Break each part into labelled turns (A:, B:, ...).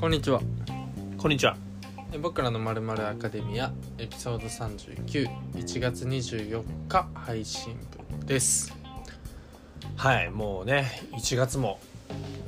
A: こんにちは
B: こんにちは。
A: え僕らのまるまるアカデミアエピソード391月24日配信分です
B: はい、もうね、1月も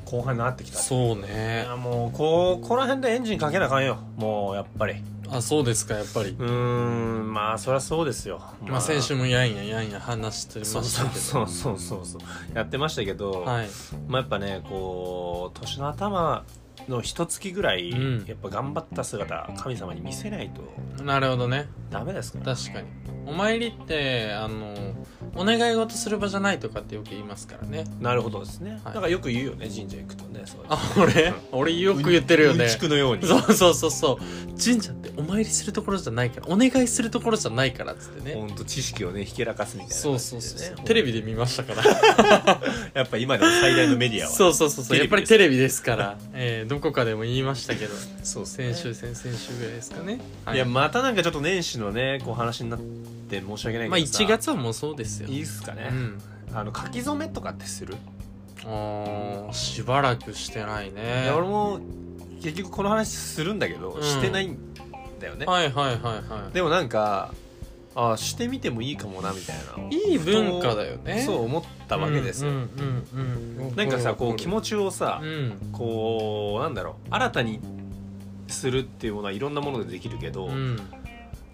B: 後半になってきた。
A: そう
B: い
A: ね
B: やもうこうこの辺でエンジンかけなあかんよもうやっぱり
A: あそうですかやっぱり
B: うーんまあそりゃそうですよ
A: まあ先週もやんややんや話してま
B: そう
A: した
B: そう
A: けど
B: そうそうそうそうやってましたけど、
A: はい
B: まあやっぱねこう年の頭の一月ぐらい、
A: うん
B: やっぱ頑張った姿神様に見せないと
A: なるほどね
B: ダメですから
A: 確かにお参りってあのお願い事する場じゃないとかってよく言いますからね
B: なるほどですね、
A: はい
B: なんかよく言うよね神社行くとねそういう
A: あ俺俺よく言ってるよね
B: うんちくのように
A: そうそうそうそう神社ってお参りするところじゃないからお願いするところじゃないからっつってね
B: ほんと知識をねひけらかすみたいな
A: そ
B: 感
A: う
B: じ
A: そ
B: で
A: う
B: ね、
A: そう、
B: ほんと
A: テレビで見ましたから
B: やっぱ今でも最大のメディアは
A: そうそうそうそうやっぱりテ
B: テ
A: レビですから、えーどこかでも言いましたけど
B: そうですね
A: 先週先々週ぐらいですかね、はい
B: やまたなんかちょっと年始のねこう話になって申し訳ないけど
A: まあ
B: さ
A: 1月はもうそうですよ
B: いいっすかね、
A: うん
B: あの書き初めとかってする、
A: あーしばらくしてない
B: い
A: ね
B: や俺も結局この話するんだけど、
A: うん
B: してないんだよね、
A: はいはいはいはい
B: でもなんかあしてみてもいいかもなみたいない
A: いい文化だよね
B: そう思ったわけですよ、
A: うんうんうんうん
B: なんかさこう気
A: ち
B: 持ちをさ、
A: うん
B: こうなんだろう新たにするっていうものはいろんなものでできるけど、
A: うん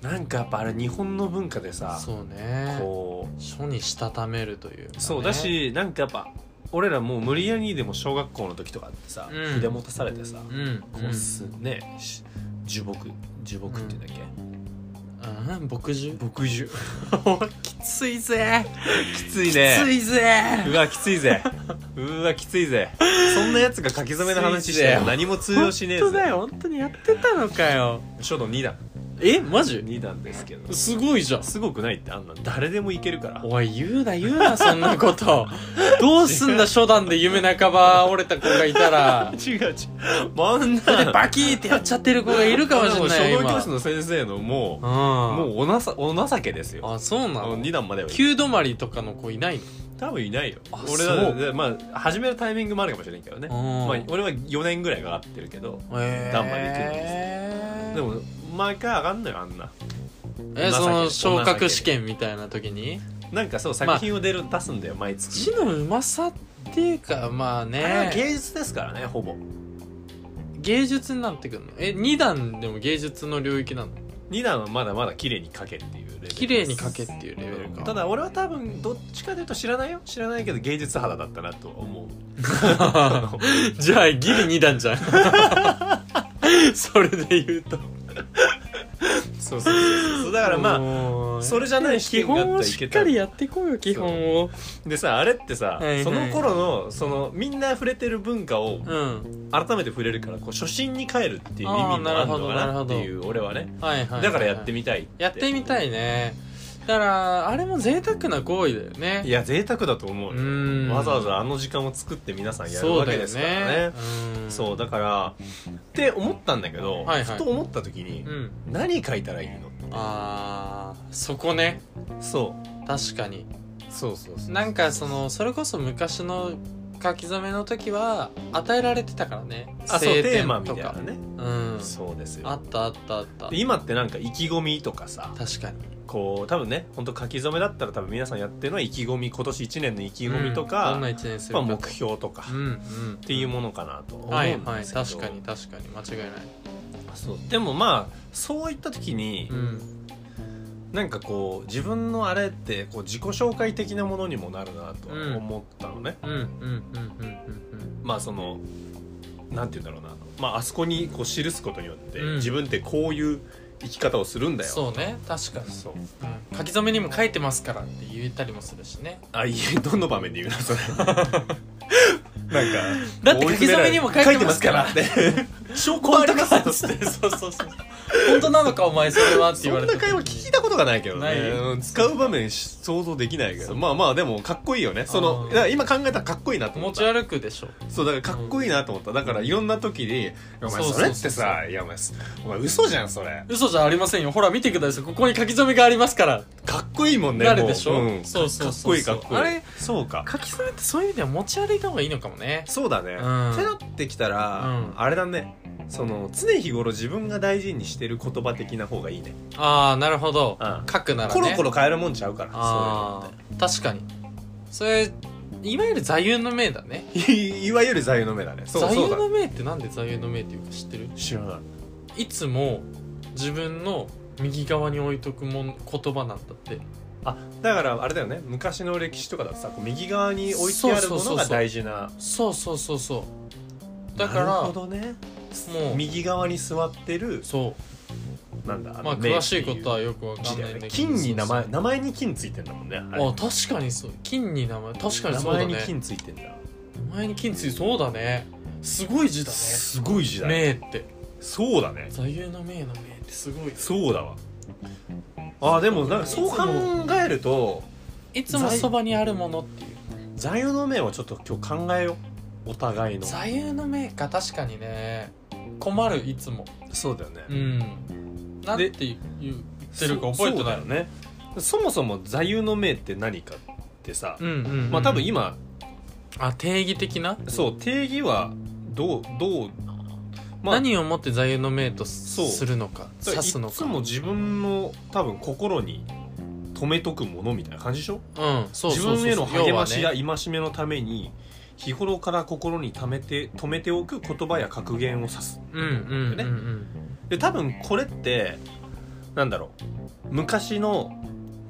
B: なんかやっぱあれ日本の文化でさ
A: そうね
B: こう
A: 書にしたためるというかね
B: そうだしなんかやっぱ俺らもう無理やりにでも小学校の時とかってさ、
A: うん
B: 筆持たされてさ、
A: うん
B: こうすねし樹木樹木って言うんだっけ、
A: うんうん牧汁
B: 木樹
A: きついぜ
B: きつい
A: きつ
B: ね
A: いぜ
B: うわきつい ぜうわきついぜそんなやつが書き初めの話しても何も通用しねえ
A: 本当だ
B: ぜ
A: よ本当にやってたのかよ
B: 書の2段
A: えマジ
B: 2段ですけど
A: すごいじゃん
B: すごくないってあんなん誰でもいけるから
A: おい言うな言うなそんなこと どうすんだ初段で夢半ば折れた子がいたら
B: 違う違う もうあん
A: それ
B: な
A: でバキーってやっちゃってる子がいるかもしれないよ
B: 書
A: 今
B: 道教室の先生のも
A: う
B: うんもうおなさお情けですよ
A: あそうなの
B: 2段まではい
A: 急止まりとかの子いない
B: 多分いないよ
A: あ
B: 俺だ
A: そ
B: でまあ始めるタイミングもあるかもしれんけどね、
A: の
B: まあ、俺は4年ぐらいかかってるけど
A: あえー、
B: 段まで行くんですでも毎回上がんのよあんな
A: えその昇
B: 情け
A: 格試験みたいな時に
B: なんかそう作品を出る、出すんだよ毎月
A: 字のうまさっていうかまあ
B: あれは
A: ね
B: 芸術ですからねほぼ
A: 芸術になってくるのえ二段でも芸術の領域なの
B: 2段はまだまだ綺麗に書けっていうレベルです
A: 綺麗に書けっていうレベルか
B: ただ俺は多分どっちかというと知らないよ知らないけど芸術肌だったなと思う
A: じゃあギリ2段じゃん それで言うと
B: そうそうそうそうだからま
A: ま
B: あそれじゃない試
A: 基
B: 験があった
A: 本を
B: らい
A: し
B: け
A: ったかりやっていこうよ基本を
B: でさあれってさ、
A: はいはい
B: その頃のそのみんな触れてる文化
A: う
B: を
A: ん
B: 改めて触れるからこう初心に帰るっていう意味もあるのかなっていう俺はね
A: はいはいはい、
B: だからやって
A: み
B: みたいて
A: やってみたいねだからあれも贅沢な行為だよね
B: いや贅沢だと思
A: う
B: うよ
A: ん
B: わざわざあの時間を作って皆さんやる
A: そう
B: わ
A: だ
B: け
A: よね
B: ですからね
A: うん
B: そうだからって思ったんだけど、
A: はいはい
B: ふと思った時に、
A: うん
B: 何書いたらいいの
A: あーそこね
B: そう
A: 確かに
B: そうそうそう
A: なんかそのそれこそ昔の書き初めの時は与えられてたからね
B: あそう
A: 聖典
B: テーマみたいな
A: と
B: ね、
A: かうん
B: そうです
A: あ
B: よ
A: ったあったあった
B: で今ってなんか意気込みとかさ
A: 確かに
B: こう多分ね本当書き初めだったら多分皆さんやってるのは意気込み今年1年の意気込みと
A: う
B: か、
A: んどんな
B: やっ
A: 一年する
B: ぱ
A: か
B: 目標とか、
A: うん
B: っ
A: うん
B: ていうものかなと思うん
A: はいは
B: で
A: い
B: すけど、
A: 確かに確かに間違いない
B: そうでもまあそういった時に、
A: うん
B: なんかこう自分のあれってこう自己紹介的なものにもなるなと
A: うん
B: 思ったのね、
A: うんうんうんうん
B: まあそのなんて言うんだろうな、まあ、あそこにこう記すことによって、
A: うん
B: 自分ってこういう生き方をするん
A: うん
B: だよ
A: そうね確かに、
B: そう
A: うん書き初めにも書いてますからって言えたりもするしね
B: あいえどの場面で言う なそれなんか
A: だって書き初めにも書いてますから
B: 書いてますからって証拠
A: 本
B: あり
A: 当
B: ます
A: かっつってそうそうそう本当なのかお前それはって
B: そ
A: 言わ
B: ん
A: れた
B: な
A: 時に
B: 会話聞いたことことがないけどね
A: ない
B: うん使う場面し想像できないけ
A: そ
B: ど
A: う
B: まあまあでもかっこいいよねそ
A: あ
B: の
A: ー
B: だから今考えたらかっこいいなと思
A: 持
B: っ
A: ち
B: た
A: 歩くでしょ
B: そうだからかっこいいなと思っただからいろんな時に「お前
A: そうそうそう
B: それってさいやお前お前嘘じゃんそれ
A: 嘘じゃありませんよほら見てくださいここに書き初めがありますから
B: かっこいいもんね
A: なるでしょ
B: もうん
A: そうそう
B: かっ
A: そ
B: こ
A: う
B: いい
A: そう
B: かっこいい
A: あれ
B: そうか
A: 書き初めってそういう意味では持ち歩いた方がいいのかもね
B: そうだね、
A: うん
B: ってなってきたら、
A: うん
B: あれだねその常日頃自分が大事にしてる言葉的な方がいいね
A: ああなるほど
B: うん
A: 書くならね
B: コロコロ変えるもんちゃうから
A: あ
B: そ
A: あ確かにそれいわゆる座右の銘だね
B: ういうのっていわゆる座右の銘だねそう
A: 座
B: そう
A: 右
B: だ
A: の銘ってなんで座右の銘っていうか知ってる
B: 知らない
A: いつも自分の右側に置いとくもん言葉なんだって
B: あだからあれだよね昔の歴史とかだとさこう右側に置いてある
A: そうそ
B: も
A: うそ
B: の
A: うそ
B: が
A: う
B: 大事な
A: そうそうそうそうだか
B: なる
A: ら
B: ほどね
A: もう
B: 右側に座ってる
A: そ
B: なんだ
A: うまあ詳しいことはよくわかんないんだけど
B: 金に名
A: そう
B: 前名前に金ついてんだもんねあれ
A: そうあ確かにそう金に名前確かに
B: 名
A: そうだ
B: 前に
A: ね
B: 金ついてんだ
A: 名前に金ついそうだねすごい字だね
B: すごい時代
A: 銘って
B: そうだね
A: 座右の銘の銘ってすごい
B: そうだわあでもなんかそう考えると
A: いつもそばにあるものっていう
B: 座右の銘をちょっと今日考えようお互いの
A: 座右の銘か確かにね困るいつも
B: そうだよね
A: うんなんて
B: で
A: 言ってるか覚えてない
B: そそうだよねそもそも座右の銘って何かってさ、
A: うんうんうん
B: まあ多分今
A: あ定義的な、
B: そう定義はどうどうまあ
A: 何をもって座右の銘とす
B: そう
A: するのか
B: だから
A: 指すの
B: いつ
A: か
B: も自分の多分心に留めとくものみたいな感じでしょ
A: うんそうそうそう
B: 自分への励まし
A: 要
B: や
A: はね
B: 戒めのために日頃から心に溜めて止めておく言葉や格言を指す
A: うんうんうんう
B: ね
A: ん
B: で多分これってなんだろう昔の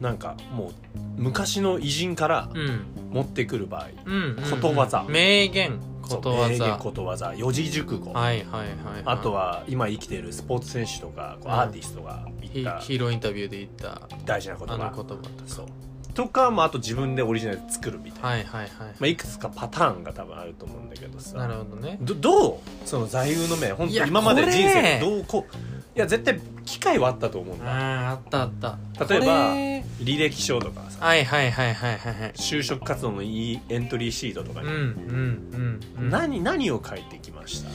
B: なんかもう昔の偉人から
A: うん
B: 持ってくる場合
A: うんうんうん
B: ことわざ
A: 名言こ
B: そう
A: とわ
B: 名言
A: ざ
B: ことわざ四字熟語、
A: はいはいはい、はい、
B: あとは今生きているスポーツ選手とかこう
A: うん
B: アーティストが言
A: ヒ
B: った
A: ヒーローインタビューで言った
B: 大事な言
A: あの言葉
B: 葉
A: とか
B: そうとか、まあ、あと自分でオリジナルで作るみたいな、
A: はいはいはい、
B: まあ、いくつかパターンが多分あると思うんだけどさ
A: なるほどね
B: どどうその座右の銘本
A: いや
B: 当今まで
A: これ
B: 人生でどうこういや絶対機会はあったと思うんだ
A: あああったあった
B: 例えば
A: これ
B: 履歴書とかさ
A: はいはいはいはいはいはい
B: 就職活動のいいエントリーシートとか
A: うん
B: に、
A: うんうん、うん、
B: 何何を書いてきました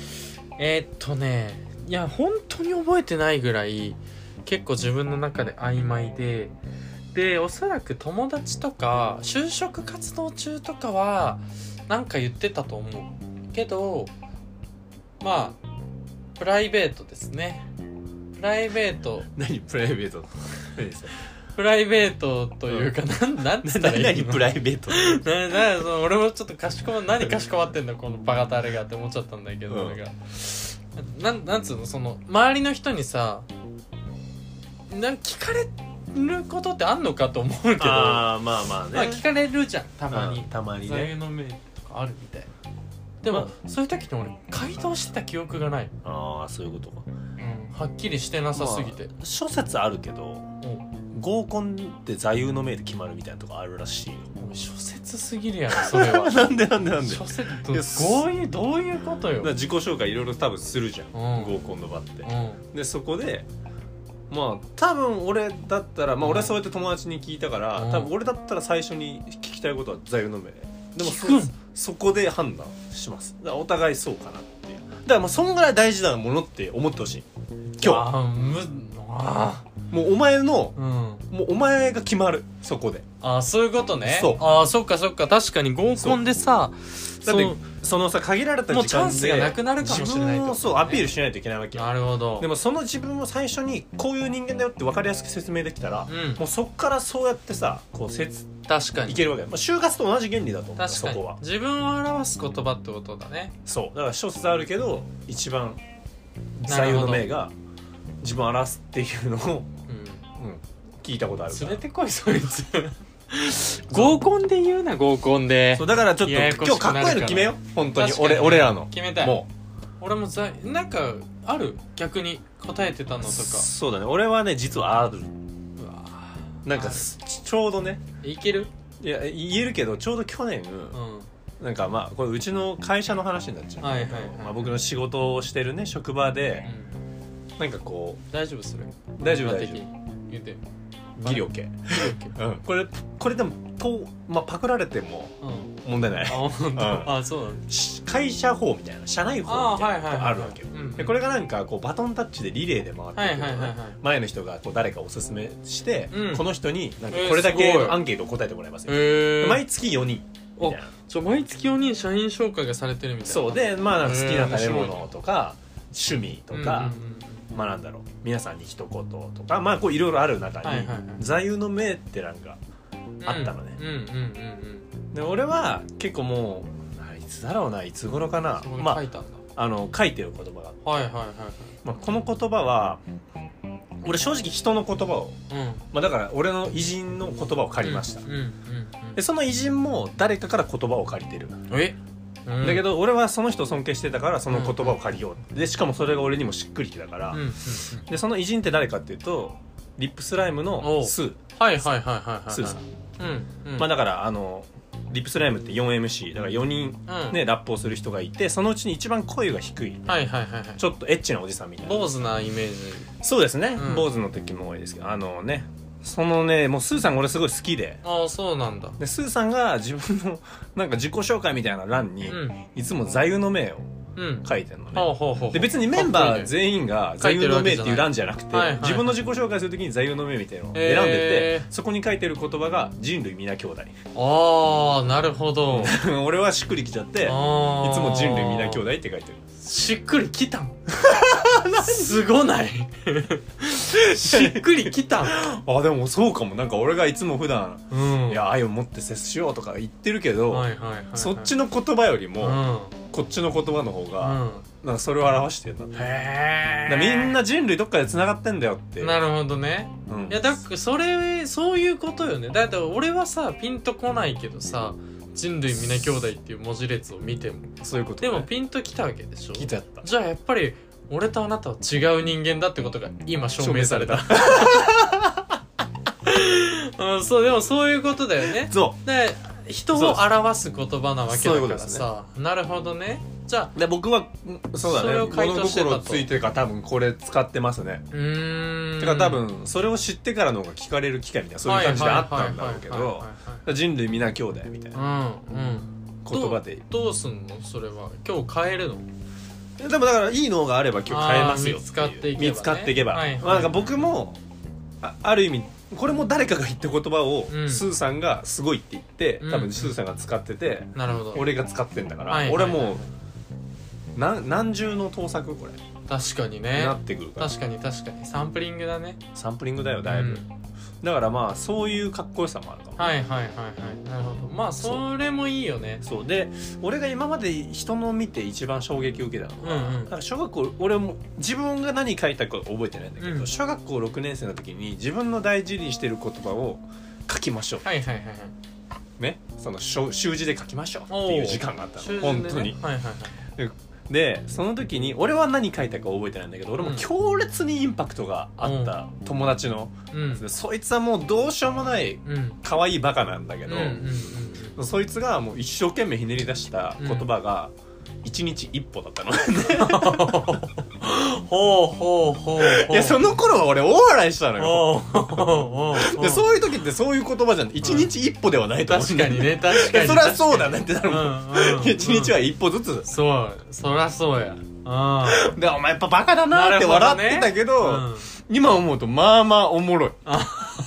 A: えーっとねいや本当に覚えてないぐらい結構自分の中で曖昧ででおそらく友達とか就職活動中とかはなんか言ってたと思うけどまあプライベートですねプライベート
B: 何プライベート何それ
A: プライベートというか、なん、なんつったらいいの
B: 何プライベート
A: ななその俺もちょっとかしこま何かしこまってんだこのバカタレがって思っちゃったんだけど、
B: うん
A: 俺がなんなんつうのその周りの人にさなん聞かれることってあんのかと思うけど
B: ああまあまあね、
A: まあ、聞かれるじゃんたまに
B: うんたまに
A: 座右
B: ね
A: の銘とかあるみたいでも、
B: ま
A: そういう時に俺回答してた記憶がない、
B: ああそういうことか
A: うん、はっきりしてなさすぎて、
B: まあ諸説あるけど
A: うん
B: 合コンって座右の銘で決まるみたいなとこある らしいよ
A: お前諸説すぎるやろそれは
B: なんで なんでなんで
A: 諸説
B: いや
A: どういうどういうことよ、
B: だから自己紹介いろいろ多分するじゃん、
A: うん
B: 合コンの場って、
A: うん
B: でそこでまあ多分俺だったら、まあ、俺はそうやって友達に聞いたから、
A: うん
B: 多分俺だったら最初に聞きたいことは座右の銘でも
A: 聞
B: そ
A: くん
B: そこで判断しますだからお互いそうかなっていうだからもうそんぐらい大事なものって思ってほしい今
A: あーむあ
B: 日もうお前の
A: ーうん
B: もうお前が決まるそこで
A: あーそういうことね
B: そう
A: あーそっかそっか確かに合コンでさ
B: だ
A: そ
B: っ
A: う
B: てそのさ限られた時間で
A: もうチャンスがなくなるかもしれないってことね
B: 自分をそうアピールしないといけないわけよ
A: なるほど
B: でもその自分を最初にこういう人間だよって分かりやすく説明できたら、
A: うん
B: もうそこからそうやってさこうせつ
A: 確かに
B: いけるわけだ、まあ、就活と同じ原理だと思うんだ
A: 確
B: そ
A: かに
B: こは
A: 自分を表す言葉ってことだね
B: そうだから諸説あるけど一番
A: な
B: 座
A: る
B: 右
A: ほど
B: の銘が自分を表すっていうのを、
A: うん
B: うん、聞いたことあるか
A: 連
B: ら
A: れてこいそい つ合コンで言うな合コンで
B: そうだからちょっと
A: ややこし
B: 今日
A: くな
B: か
A: るから
B: っこいいの決めよう本当に
A: 確か
B: 俺俺らの
A: 決めたい
B: も
A: 俺もざなんかある逆に答えてたのとか
B: うそうだね俺はね実はある
A: うわー
B: なんか
A: あ
B: すちょうどね
A: るいける
B: いや言えるけどちょうど去年、
A: うん
B: なんかまあこれうちの会社の話になっちゃう、
A: はいはいはい
B: まあ、僕の仕事をしてるね職場
A: う
B: で
A: ん
B: なんかこ
A: 大丈夫それ
B: う大丈夫
A: 今
B: 大
A: 的
B: 丈
A: に言うて
B: 夫ギリ OK、うん、これこれでもと、まあ、パクられても
A: うん
B: 問題な
A: あ
B: い
A: 本
B: うん
A: 当あそうなんだ
B: し会社法みたいな社内法
A: あ
B: みた
A: はいい
B: な
A: は
B: の
A: い
B: があるわけよ、
A: うん
B: でこれがなんかこうバトンタッチでリレーで回っていくのね
A: はいはいはいはい
B: 前の人がこう誰かおすすめして、
A: うん
B: この人になんか
A: えー
B: これだけ
A: すごい
B: アンケートを答えてもらいますよ、
A: へえ
B: 毎月4人みたいな
A: ちょ毎月4人社員紹介がされてるみたいな
B: そうでまあなんか好きな
A: へ
B: 食べ
A: ー面白
B: 物とか趣味と
A: うん
B: か、
A: うんうん
B: まあなんだろう皆さんに一言とかまあこういろいろある中に、
A: はいはいはい
B: 座右の銘ってなんかあったのね
A: うんうんうん
B: で俺は結構もうあいつだろうないつ頃かな
A: うんまあ
B: ま
A: 書いたんだ
B: ああの書いてる言葉があって、
A: はいはいはいは
B: まあ、この言葉は俺正直人の言葉を、
A: いうん
B: まあ、だから俺の偉人の言葉を借りました、
A: うんうんうん
B: でその偉人も誰かから言葉を借りてる、
A: うんえうん
B: だけど俺はその人を尊敬してたからその言葉を借りようでしかもそれが俺にもしっくりきたから、
A: うんうんうん
B: でその偉人って誰かっていうとリップスライムの
A: おう
B: スー
A: はいはいはいはいはい
B: スーさん、
A: うんうん
B: まあだからあのリップスライムって 4MC だから4人
A: うん
B: ね、ラップをする人がいてそのうちに一番声が低い、
A: はいはいはいはい
B: ちょっとエッチなおじさんみたいな
A: 坊主なイメージ
B: そうですね、
A: うん
B: 坊主の時も多いですけどあのねそのねもうスーさんが俺すごい好きで
A: ああそうなんだ
B: でスーさんが自分の なんか自己紹介みたいな欄に、
A: うん
B: いつも座右の銘を
A: うん
B: 書いてるのね、
A: ほうほうほう
B: で別にメンバー全員が
A: か
B: 座
A: っこいい
B: 右
A: ね
B: の銘っていう欄じゃなくて
A: はいはい
B: 自分の自己紹介するときに座右の銘みたいなのを選んでて、
A: へー
B: そこに書いてる言葉が「人類皆兄弟
A: ああなるほ どい」
B: 俺はしっくりきちゃって「いつも
A: も
B: 人類皆兄弟」って書いてる
A: しっくりき たんすごないしっくりきたん
B: あでもそうかもなんか俺がいつも普段
A: うん
B: いや愛を持って接しよう」とか言ってるけど、
A: はいはいはいはい
B: そっちの言葉よりも、
A: うん
B: こっちの言葉の方が、
A: う
B: なんかそれを表してるな、
A: ん
B: だか
A: へ
B: ら
A: え
B: みんな人類どっかで繋がってんだよって
A: なるほどね
B: うん
A: いやだからそれそういうことよねだって俺はさピンとこないけどさ人類皆兄弟っていう文字列を見ても
B: そういうこと、
A: で
B: ね、
A: もピンときたわけでしょ
B: 聞いてやった
A: じゃあやっぱり俺とあなたは違う人間だってことが今証明された。 うん、そうでもそういうことだよね。
B: そ
A: で人を表す言葉なわけ
B: そういう
A: だから
B: ことですね
A: さ、なるほどね。じゃあ
B: うで僕はうんそうだ
A: そ
B: ね
A: れを回
B: 物
A: 答してたと
B: 心ついてるから多分これ使ってますね
A: うーん。
B: てか多分それを知ってからの方が聞かれる機会みたいなそういう感じであったんだろうけ
A: はいはい
B: ど
A: はい
B: 人類皆兄弟みたいな
A: はいはいうんうん。
B: 言葉で
A: どうすんのそれは今日変えるの？
B: でもだからいいのがあれば今日変えますよ
A: あー見つかっていけばね
B: 見つかっていけば、
A: はいはい
B: まあ、なんか僕もあある意味これも誰かが言った言葉を、
A: うん
B: スーさんがすごいって言って多
A: う
B: 分
A: ん
B: スーさんが使ってて、
A: なるほど。
B: 俺が使ってんだから、
A: はいはい
B: 俺もうなん何重の盗作これ、
A: 確かにね
B: な。ってくるから
A: 確かに確かにサンプリングだね。
B: サンプリングだよだいぶ、
A: うん
B: だからまあそういうかっこよさもあるかも、
A: はいはいはいはいなるほどまあ
B: そ
A: それもいいよね
B: そうで俺が今まで人の見て一番衝撃を受けたのが、
A: うんうん
B: だから小学校俺も自分が何書いたか覚えてないんだけど、
A: うん
B: 小学校6年生の時に自分の大事にしてる言葉を書きましょ
A: はいはいはいはいう
B: ねその書習字で書きましょうっていう時間があったの、本当に
A: はいはいはい
B: でその時に俺は何書いたか覚えてないんだけど俺も強烈にインパクトがあった友達の、
A: うん
B: そいつはもうどうしようもない
A: うん
B: 可愛いバカなんだけ
A: け
B: ど、
A: うんうん
B: そいつがもう一生懸命ひねり出した言葉が一日一歩だったの、
A: うんほうほうほうほう
B: い
A: い
B: やその頃は俺大笑いしたのよ
A: ほうほうほうほう
B: でそういう時ってそういう言葉じゃん一日一歩ではないと思う
A: 確かに ね確
B: い
A: か
B: や
A: に
B: そりゃそうだねってな
A: う
B: る
A: ん
B: もん
A: うんうん
B: 一日は一歩ずつ
A: そうそりゃそうやうん
B: でお前やっぱバカだなって笑ってたけど
A: うん
B: 今思うとまあまあおもろい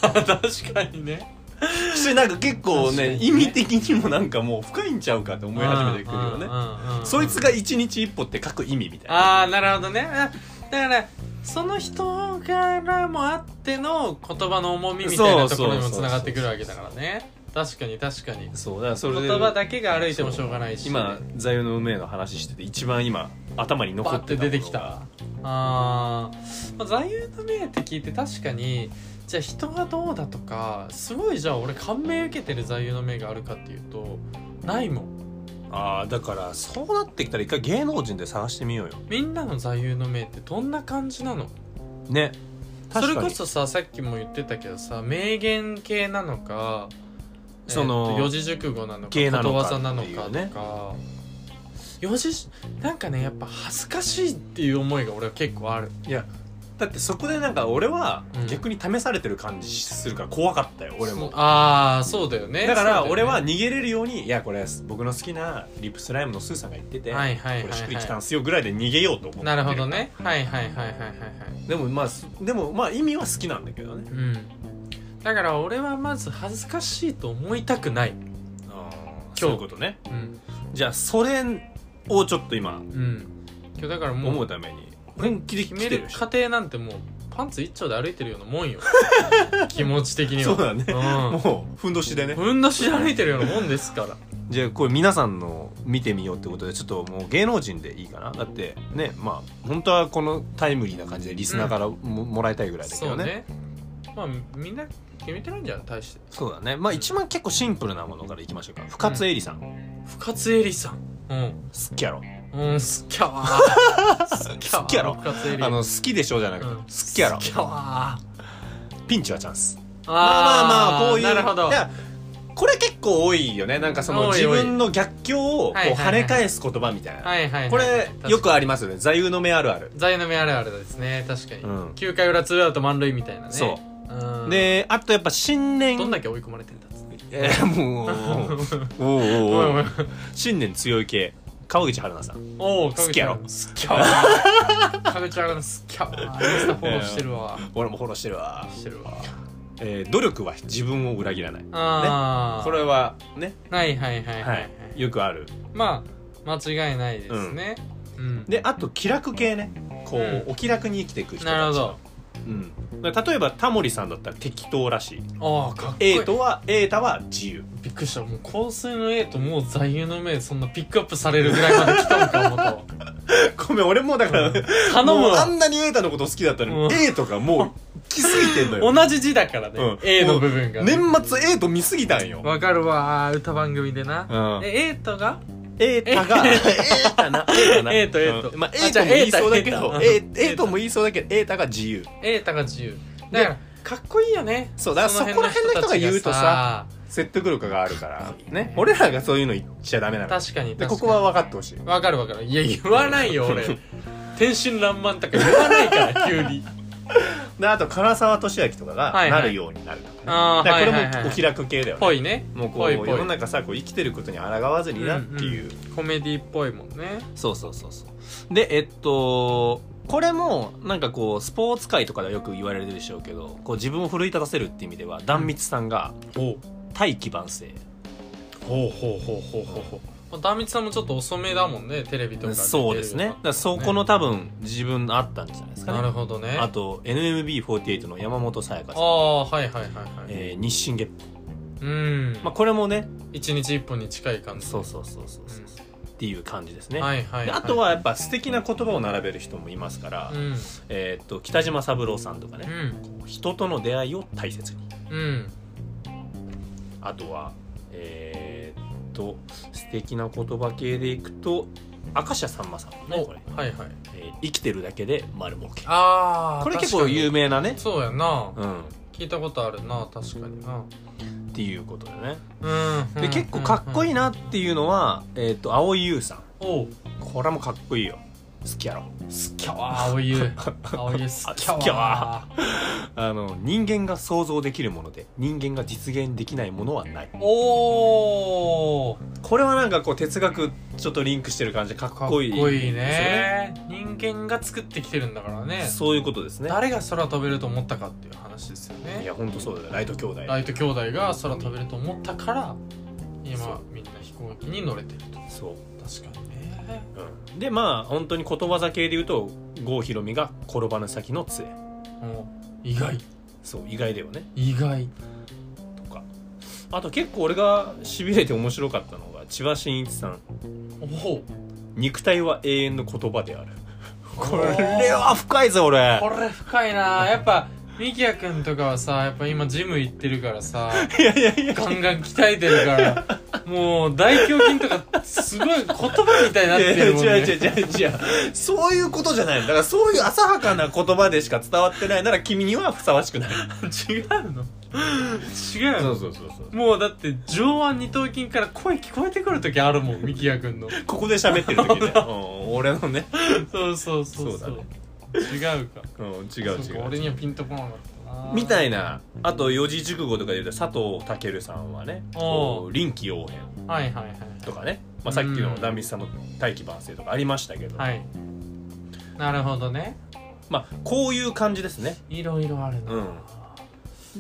A: 確かにね
B: しなんか結構
A: 確か
B: ね
A: にね
B: 意味的にもなんかもう深いんちゃうかって思い始めてくるよね
A: ね
B: そいつが一日一歩って書く意味みたいな
A: ああなるほどねあだからその人からもあっての言葉の重みみたいなところにもつながってくるわけだからね確かに確かに
B: そうだからそれで
A: 言葉だけが歩いてもしょうがないし
B: 今座右の銘の話してて一番今頭に残
A: バ
B: っ
A: ッて
B: て
A: 出てきたあー、まあ、座右の銘って聞いて確かにじゃあ人がどうだとかすごいじゃあ俺感銘受けてる座右の銘があるかっていうとないもん
B: ああだからそうなってきたら一回芸能人で探してみようよ
A: みんなの座右の銘ってどんな感じなの
B: ね
A: それ
B: 確か
A: こ
B: に
A: そささっきも言ってたけどさ名言系なのか
B: その
A: えーと四字熟語なのか
B: 系なのか
A: ことわざなの
B: っ
A: か
B: て
A: と
B: い
A: か
B: うね
A: 四字なんかねやっぱ恥ずかしいっていう思いが俺は結構ある
B: いやだってそこでなんか俺は
A: うん
B: 逆に試されてる感じするから怖かったよ俺も
A: ああそうだよね
B: だか
A: そう
B: ら
A: よね
B: 俺は逃げれるようにいやこれ僕の好きなリップスライムのスーさんが言っててこ
A: はいはいはいはい
B: れしっくりきたんすよぐらいで逃げようと思って
A: なるほどねはいはいはいはいはいはい
B: でもまあすでもまあ意味は好きなんだけどね
A: うんだから俺はまず恥ずかしいと思いたくない
B: そういうことね
A: うん
B: じゃあそれをちょっと今
A: うん今日だからも
B: 思
A: う
B: うために本気で
A: 決め
B: 来て
A: る
B: るし
A: 過程なんてもうパンツ一丁で歩いてるようなもん よ気持ち的に
B: そう
A: は
B: だね
A: うん
B: もうふんどしでね
A: ふんどしで歩いてるようなもんですから
B: じゃあこれ皆さんの見てみようってことでちょっともう芸能人でいいかなだってねまあ本当はこのタイムリーな感じでリスナーからも,、もらいたいぐらいだけ
A: そ
B: ど
A: う
B: ね
A: ねまあみんな決めてないんじゃん大して
B: そうだねまあ一番結構シンプルなものからいきましょうか深津絵里さん、好
A: 深津絵里さんうん
B: きやろ
A: うん好きやわ好
B: 好きやろ
A: 深津絵里
B: あの好きでしょうじゃなくて、
A: うん
B: 好きやろ
A: 好きやわ
B: ピンチはチャンス
A: あー
B: まあまあまあこういう
A: なるほど
B: いやこれ結構多いよねなんかその
A: 多い
B: 自
A: 多い
B: 分の逆境をこう
A: はいはいはい
B: 跳ね返す言葉みたいな、
A: はいはい、はい、
B: これよくありますよね座右の銘あるある、
A: 座右の銘あるあるですね確かに、
B: うん
A: 9回裏ツーアウト満塁みたいなね
B: そ
A: うん
B: うであとやっぱ信念
A: どんだけ追い込まれてんだっつって
B: えー もうおうお
A: おいうお
B: おう
A: い
B: 信念強い系川口春奈さん
A: おう
B: 好きやろ
A: 好きやわ カグチャが好きやわインスタフォローしてるわ
B: 俺もフォローしてるわ、
A: してるわ
B: えー努力は自分を裏切らない
A: ああ
B: これはね、
A: はいはいはいはい、
B: は
A: はいい、
B: よくある
A: まあ間違いないですねうん、
B: であと気楽系ねこう、
A: うん
B: お気楽に生きていく人たち
A: なるほど
B: うん、だから例えばタモリさんだったら適当らしい
A: ああかっこいい、
B: 瑛太は瑛太は自由
A: びっくりしたもう香水の A ともう座右の銘そんなピックアップされるぐらいまで来たのか思ったわ
B: ごめん俺もうだから、
A: 頼
B: も
A: む
B: うあん
A: わ
B: なに瑛太のこと好きだったの
A: うん
B: に瑛太がもう来すぎてんのよ
A: 同じ字だからね、
B: うん
A: A の部分が
B: 年末瑛太見すぎたんよ
A: わかるわ歌番組でな、
B: うん
A: えエイトが
B: 瑛太 が瑛太な瑛太な
A: 瑛太瑛太
B: うんまあ
A: あ
B: 瑛
A: じゃ
B: 太
A: あ
B: も言いそうだけど
A: 瑛太
B: 瑛瑛太も言いそうだけど瑛太が自由
A: エイタが自由だからかっこいいよね
B: そうだからそこら辺の人が言うとさ説得力があるからね俺らがそういうの言っちゃダメなの
A: 確かに確か
B: で
A: に
B: ここは分かってほしい
A: わかるわかるいや言わないよ俺天真爛漫とか言わないから急に
B: であと唐沢俊明とかが
A: はいは
B: ないるようになるとかね
A: あー
B: だからこ
A: はいはい
B: れも
A: はい
B: お気楽系だよね
A: ぽいね
B: もうこ
A: ぽ
B: う
A: いぽい
B: 世の中さこう生きてることに抗わずになっていう、
A: んコメディっぽいもんね
B: そうそうそうそうでえっとこれもなんかこうスポーツ界とかではよく言われるでしょうけどこう自分を奮い立たせるって意味では壇蜜さんが
A: ほ
B: 「大器晩成
A: うほうほうほうほうほうほう壇蜜さんもちょっと遅めだもんねテレビ」とか
B: そうですねだからそこの多分自分あったんじゃないですかね
A: なるほどね
B: あと NMB48 の山本さやか
A: あ
B: さん、
A: あはいはいはいはい、
B: えー日進月歩、
A: うん、
B: まあ、これもね
A: 一日一本に近い感じ
B: そうそうそうそうそうっていう感じですね、
A: はいはい、
B: で
A: はい、
B: あとはやっぱ素敵な言葉を並べる人もいますから、
A: うん
B: えーっと北島三郎さんとかね、
A: う
B: 人との出会いを大切に
A: んうん
B: あとはえーっと素敵な言葉系でいくと明石家さんまさんもね
A: お
B: これ、
A: はいはい
B: えー生きてるだけで丸儲け
A: ああ
B: これ結構有名なね、
A: そうやな、
B: うん、っ
A: 聞いたことあるな確かにな
B: ていうことでね
A: うん
B: で結構かっこい
A: い
B: いなっていうのは、えーっと蒼井優さん
A: おう
B: これもかっこいいよ好きやろ
A: 好きやわ青湯青湯 好きや
B: 好きや
A: わ
B: わあの人間が想像できるもので人間が実現できないものはない
A: おお
B: これはなんかこう哲学ちょっとリンクしてる感じでかっ
A: かっ
B: こ
A: こ
B: いい
A: いい
B: ですよ
A: ね人間が作ってきてるんだからね
B: そういうことですね
A: 誰が空飛べると思ったかっていう話ですよ
B: い
A: ね
B: や本当そうだよライト兄弟
A: ライト兄弟が空飛べると思ったから
B: そう
A: 今みんな飛行機に乗れてると
B: そ
A: 確かにね
B: う、うん、でまあ本当にことわざ系で言うと郷ひろみが転ばぬ先の杖
A: もう意外
B: そう意外だよね
A: 意外
B: とかあと結構俺がしびれて面白かったのが千葉真一さん
A: おお
B: 「肉体は永遠の言葉である」 これは深いぞ俺
A: これ深い なやっぱみきやくんとかはさやっぱ今ジム行ってるからさ
B: いやいやいや
A: ガンガン鍛えてるからもう大胸筋とかすごい言葉みたいになって
B: 違
A: る
B: う
A: もんね
B: 違う違う違う違うそういうことじゃないのだからそういう浅はかな言葉でしか伝わってないなら君にはふさわしくない
A: 違う の違うの
B: うそうそうそう
A: もうだって上腕二頭筋から声聞こえてくる時ある もんみきやくんの
B: ここで喋ってる時ね、うん、俺のね
A: そうそうそうそう
B: そうだね
A: 違うか
B: うん違う
A: そ
B: 違
A: か
B: う
A: 俺にはピンとこなかったな
B: みたいなあと四字熟語とかで言うと佐藤健さんはね
A: おー
B: こう臨機応変
A: はいはいはい
B: とかね、まあ、さっきの
A: うん
B: 壇蜜さんの大器晩成とかありましたけど、
A: はいなるほどね
B: まあこういう感じですね
A: いろいろあるな、
B: うん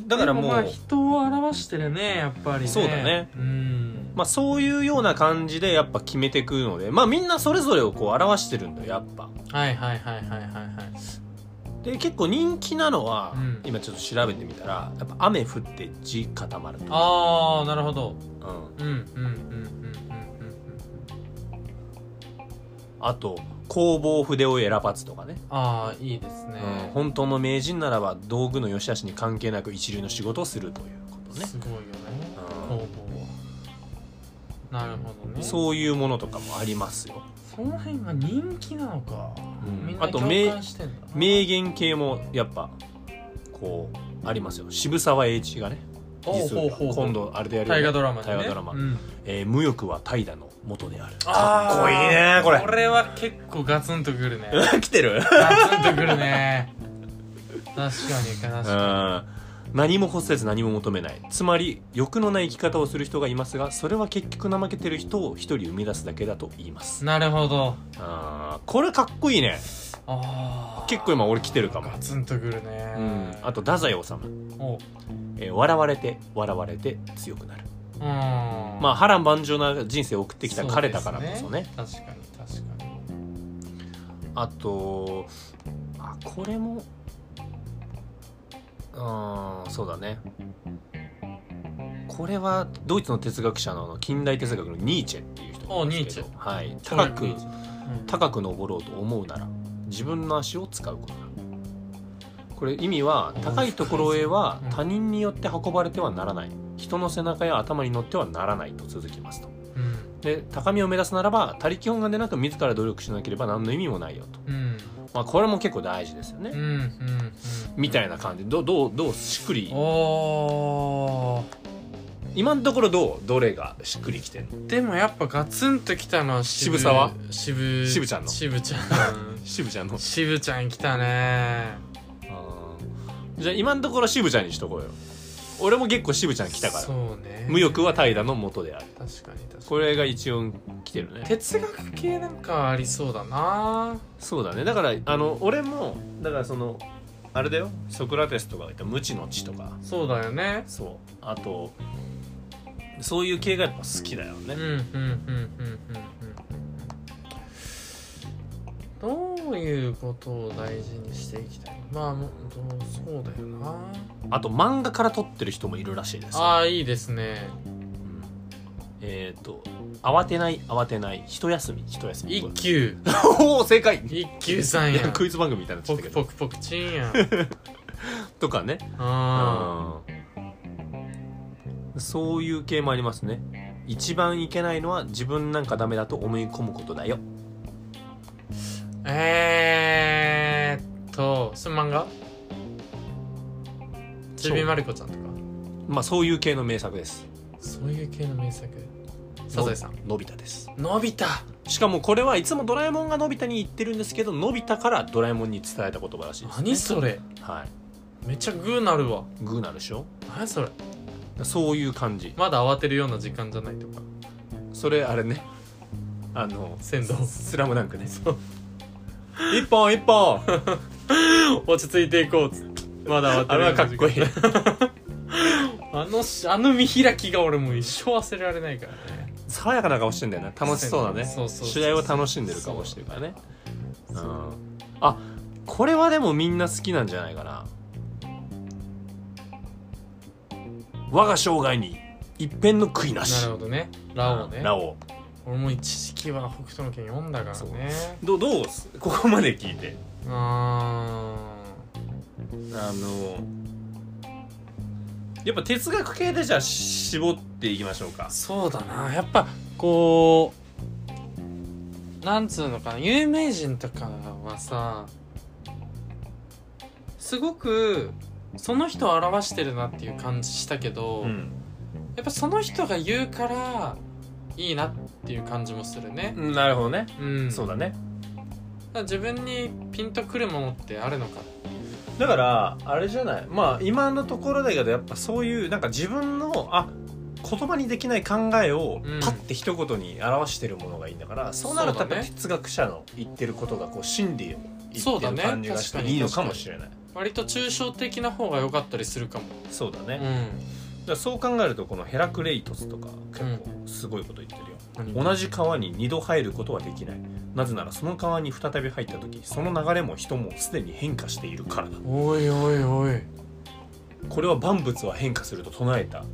B: だからもう
A: でまあ人を表してるねやっぱりね
B: そうだね
A: うん
B: まあ、そういうような感じでやっぱ決めてくのでまあみんなそれぞれをこう表してるんだよやっぱ
A: はいはいはいはいはいはい
B: で結構人気なのは、
A: うん
B: 今ちょっと調べてみたらやっぱ雨降って地固まると
A: ああなるほど
B: うん、
A: うんうんうんうんうんうん
B: あと工房筆を選ばずとかね、
A: ああいいですね、
B: うん、本当の名人ならば道具の良し悪しに関係なく一流の仕事をするということね、
A: すごいよね
B: うん
A: 工房はなるほどねう
B: そういうものとかもありますよ
A: その辺が人気なのか、
B: うん
A: みんな
B: あと
A: 共
B: 名
A: 感してんだな
B: 名言系もやっぱこうありますよ渋沢栄一がね
A: ほう
B: 実
A: ほうほうほ
B: は
A: う
B: 今度あれでやるよ
A: 大河ドラマでね
B: 大河ドラマ
A: うん
B: えー無欲は怠惰の元である
A: あー
B: かっこいいねこれ
A: これは結構ガツンとくるね
B: 来てる
A: ガツンとくるね確かに確
B: う
A: か
B: ん何も欲せず何も求めないつまり欲のない生き方をする人がいますがそれは結局怠けてる人を一人生み出すだけだと言います
A: になるほど
B: あーこれかっこいいね
A: あー
B: 結構今俺来てるかも
A: ガツンとくるね
B: うんあと太宰治、
A: おう
B: えー笑われて笑われて強くなる
A: うんま
B: まあ波乱万丈な人生を送ってきた彼だからこそね
A: 確かに確かに
B: あとあこれもうんそうだねこれはドイツの哲学者の近代哲学のニーチェっていう人なんですけど
A: おニ
B: はい、高く
A: うん
B: 高く登ろうと思うなら自分の足を使うことだこれ意味は
A: お
B: 高いところへは
A: 深いぞ
B: 他人によって運ばれてはならない人の背中や頭に乗ってはならないと続きますと
A: うん
B: で高みを目指すならば他力本願でなく自ら努力しなければ何の意味もないよと
A: うん
B: まあ、これも結構大事ですよね、
A: うんうんうん
B: みたいな感じどうどうどうしっくり
A: おー
B: 今のところどうどれがしっくりきてんの
A: でもやっぱガツンときたのは
B: 渋沢
A: 渋
B: 渋ちゃんの
A: 渋ちゃん
B: 渋ちゃんの
A: 渋ちゃん来たね
B: じゃあ今のところ渋ちゃんにしとこうよ俺も結構渋ちゃん来たから
A: そうね
B: 無欲は怠惰の元である
A: 確かに確かに
B: これが一音来てるね
A: 哲学系なんかありそうだな
B: そうだねだからあの俺もだからそのあれだよソクラテスとかが言った無知の知とか
A: そうだよね
B: そうあとそういう系がやっぱ好きだよね
A: うんうんうんうんうんうんどういうことを大事にしていきたいまあもうどうそうだよな
B: あと漫画から撮ってる人もいるらしいですよ
A: ああいいですね
B: えっ、と慌てない慌てない一休み一休み
A: 一休
B: おお正解
A: 一休さん
B: い
A: や
B: やクイズ番組みたいになっ
A: ポ
B: て
A: ク
B: たけど
A: ポクポクチンやん
B: とかね
A: あ
B: うんそういう系もありますね一番いけないのは自分なんかダメだと思い込むことだよ
A: ーえーっとその漫画ちびまる子ちゃんとか
B: まあそういう系の名作です
A: そういう系の名作サザエさん
B: ののび太です
A: のび太
B: しかもこれはいつもドラえもんがのび太に言ってるんですけどのび太からドラえもんに伝えた言葉らしいです、ね、
A: 何それ
B: はい
A: めっちゃグーなるわ
B: グーなるでしょ
A: 何それ
B: そういう感じ
A: まだ慌てるような時間じゃないとか
B: それあれねあの
A: 鮮度
B: スラムダンクね
A: そう
B: 一本一本
A: 落ち着いていこうっつってまだ慌て
B: あ
A: る
B: れ
A: よう
B: は
A: な
B: かっ
A: 時間
B: こいい
A: あのしあの見開きが俺もう一生忘れられないからね
B: 爽やかな顔してんだよね楽しそうだね
A: そうそうそう
B: 試合を楽しんでる顔してるからねうんあこれはでもみんな好きなんじゃないかな我が生涯に一片の悔いなし
A: なるほどねラオウね
B: ラオ
A: 俺も一時期は北斗の拳読んだから
B: そう
A: ね
B: どどうすここまで聞いて
A: うーん
B: あのやっぱ哲学系でじゃあ絞っていきましょうか
A: そうだなやっぱこうなんつうのかな有名人とかはさすごくその人を表してるなっていう感じしたけど、
B: うん
A: やっぱその人が言うからいいなっていう感じもするね
B: うんなるほどね
A: うん
B: そうだね
A: ら自分にピンとくるものってあるのか
B: だからあれじゃないまあ今のところだけどやっぱそういうなんか自分のあ言葉にできない考えを
A: うん
B: パッて一言に表してるものがいいんだから、そうなるとやっぱ
A: そうだね
B: 哲学者の言ってることがこう真理を言
A: そ
B: っ
A: う
B: て
A: だ
B: る
A: ね
B: 感じがしていいのかもしれない
A: 割と抽象的な方が良かったりするかも
B: そうだ
A: う
B: ね、だか
A: ん
B: らそう考えるとこのヘラクレイトスとか結構すごいこと言ってるよ、
A: 何
B: 同じ川に二度入ることはできないなぜならその川に再び入った時その流れも人もすでに変化しているからだ
A: おいおいおい
B: これは万物は変化すると唱えた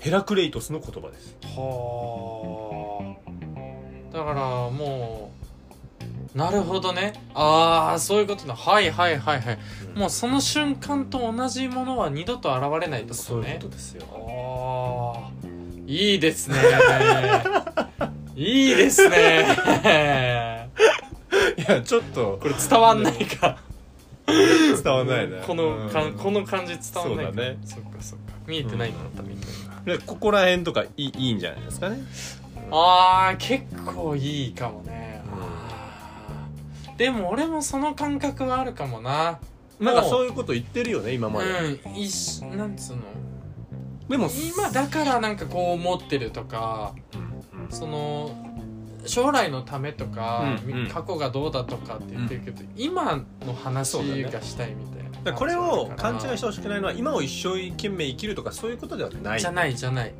B: ヘラクレイトスの言葉です
A: はあだからもうなるほどねああそういうことだはいはいはいはいもうその瞬間と同じものは二度と現れないってこと
B: そういう
A: ね
B: ことですよ
A: ああいいです ねいいです ね
B: いやちょっと
A: これ伝わんないか
B: 伝わんないね
A: このか
B: うん
A: この感じ伝わんないか
B: そうだね
A: そっかそっか見えてないんだった見えてない
B: でここら辺とかいいいいんじゃないですかね
A: あー結構いいかもね、
B: うん
A: あーでも俺もその感覚はあるかもな
B: なんかそういうこと言ってるよね今まで、
A: うんいしなんつうの
B: でも
A: 今だからなんかこう思ってるとか
B: うん
A: その将来のためとか、
B: うんうん
A: 過去がどうだとかって言ってるけど、今の話
B: そうだね
A: がしたいみたいな、
B: だからこれを勘違いしててほしくないのは今を一生懸命生きるとかそういうことではない
A: じゃないじゃない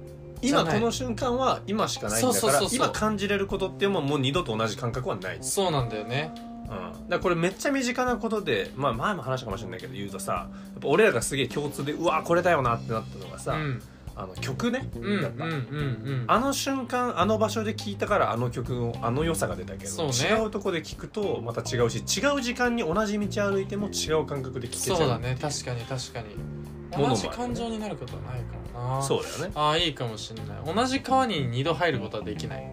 A: じゃ
B: 今
A: ない
B: この瞬間は今しかないん
A: そ
B: だ
A: う
B: か
A: そう
B: ら
A: そうそう
B: 今感じれることっていうのはもう二度と同じ感覚はない
A: そうなんだよね
B: うん、だからこれめっちゃ身近なことで、まあ、前も話したかもしれないけど言うとさやっぱ俺らがすげえ共通でうわこれだよなってなったのが
A: う
B: さ、
A: ん
B: あの曲ね、
A: うんうん
B: やっぱ
A: うんうん
B: あの瞬間あの場所で聴いたからあの曲のあの良さが出たけ
A: そ
B: ど、
A: うね
B: 違うとこで聴くとまた違うし違う時間に同じ道歩いても違う感覚で聴けちゃう
A: そうだね確かに確かに
B: ものもある
A: 同じ感情になることはないからな
B: そうだよね、
A: ああいいかもしれない同じ川に二度入ることはできない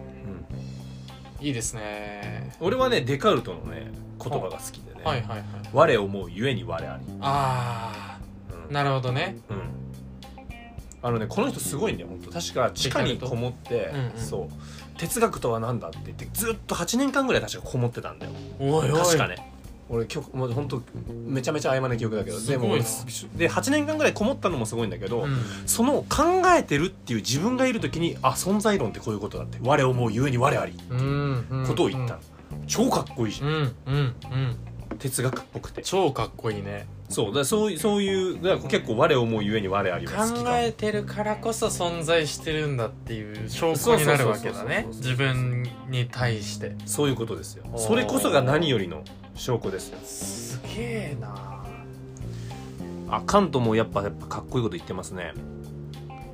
B: うん、
A: いいですね
B: 俺はねデカルトのね言葉が好きでね、
A: はいはいはい
B: 我思うゆえに我あり、
A: あ
B: うん
A: あなるほどね
B: うん、あのねこの人すごいんだよ本当確か地下にこもって、
A: うんうん
B: そう哲学とは何だって言ってずっと8年間ぐらい確かこもってたんだよ
A: おいおい
B: 確かね俺曲もう本当めちゃめちゃ曖昧な記憶だけど
A: す
B: で
A: ごいな
B: もで8年間ぐらいこもったのもすごいんだけど、
A: うん
B: その考えてるっていう自分がいる時にあ存在論ってこういうことだって我思うゆえに我あり
A: うんうん
B: ことを言ったの、超かっこいいじゃ、
A: うんんうんうん
B: 哲学っぽくて
A: 超かっこいいね
B: そうだからそういうそういうだから結構我思うゆえに我あり
A: 考
B: が好きかも
A: えてるからこそ存在してるんだっていう証拠になるわけだね
B: そうそうそうそうそう
A: 自分に対して
B: そういうことですよ
A: おー
B: それこそが何よりの証拠ですよ
A: すげえな
B: あカントもやっぱやっぱかっこいいこと言ってますね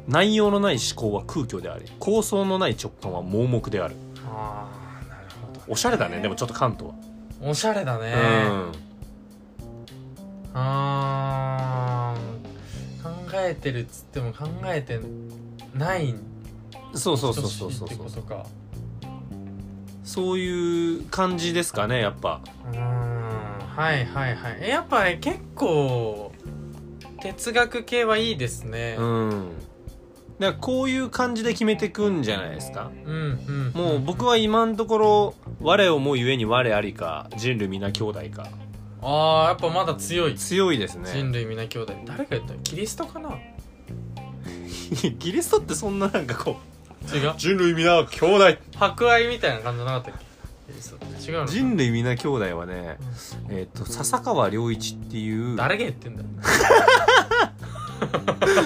B: 内容のない思考は空虚であり構想のない直感は盲目である
A: あーなるほど
B: おしゃれだねでもちょっとカントは、
A: おしゃれだね
B: うん
A: あー考えてるっつっても考えてない
B: そうそうそうそ
A: 等
B: う
A: しい
B: そ
A: っ
B: う
A: てことか
B: そういう感じですかねやっぱ
A: うーんはいはいはいえやっぱり結構哲学系はいいですね、
B: うんだからこういう感じで決めてくんじゃないですか
A: うん、うん
B: もう僕は今のところ我をもゆえに我ありか人類皆兄弟か
A: ああやっぱまだ強い
B: 強いですね
A: 人類皆兄弟誰が言ったのキリストかな違
B: ギリストってそんななんかこう
A: う
B: 人類皆兄弟
A: 博愛みたいな感じじゃなかったっけキリストって違うの
B: 人類皆兄弟はね
A: う
B: えっ、と笹川良一っていうん
A: 誰が言ってんだよ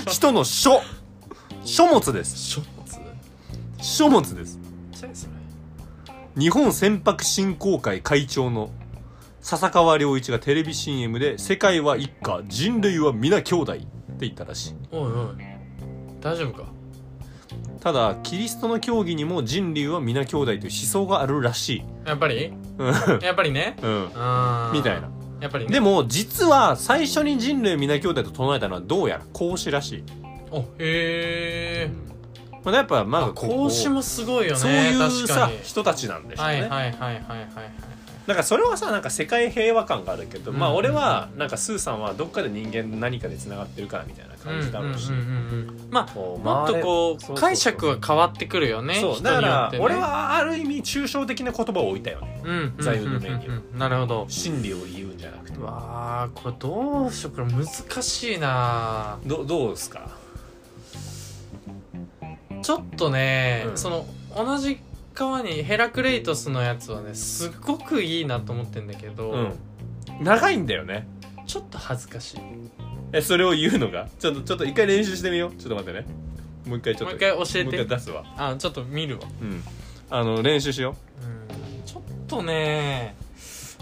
B: 人の書書物です
A: 書物ちっ
B: 書物です
A: ちゃいそれ
B: 日本船舶振興会会長の笹川良一がテレビ CM で「世界は一家人類は皆兄弟」って言ったらしい
A: おいおい大丈夫か
B: ただキリストの教義にも人類は皆兄弟という思想があるらしい
A: やっぱり
B: うん
A: やっぱりね
B: うん
A: あー
B: みたいな
A: やっぱりね
B: でも実は最初に人類は皆兄弟と唱えたのはどうやら孔子らしい、
A: おへえ
B: まあ、やっぱまだ
A: 講師もすごいよね
B: そういう
A: 確か
B: さ
A: に
B: 人たちなんでしょう
A: は
B: ね、
A: いはいはいはいはいはい
B: なんかそれはさなんか世界平和感があるけど、まあ
A: うん
B: 俺はなんかスーさんはどっかで人間何かでつながってるからみたいな感じだろうし、
A: んんうんうんまあ
B: こう
A: もっとこ
B: そうそう
A: う
B: そう
A: 解釈は変わってくるよね
B: そう
A: 人
B: だか
A: によっ
B: ら、
A: てね
B: 俺はある意味抽象的な言葉を置いたよね
A: うんうんうんうんうん
B: 座右の銘には
A: なるほど
B: 真理を言うんじゃなくて
A: うわあこれどうしようこれ難しいな
B: どどうですか
A: ちょっとね、
B: うん
A: その同じ川にヘラクレイトスのやつはねすっごくいいなと思ってんだけど、
B: うん長いんだよね
A: ちょっと恥ずかしい
B: えそれを言うのがちょっとちょっと一回練習してみようちょっと待ってねもう一回ちょっ
A: もう
B: と
A: 一回教え
B: もう一回
A: て
B: 出すわ
A: あちょっと見るわ
B: うんあの練習しよ
A: うんちょっとね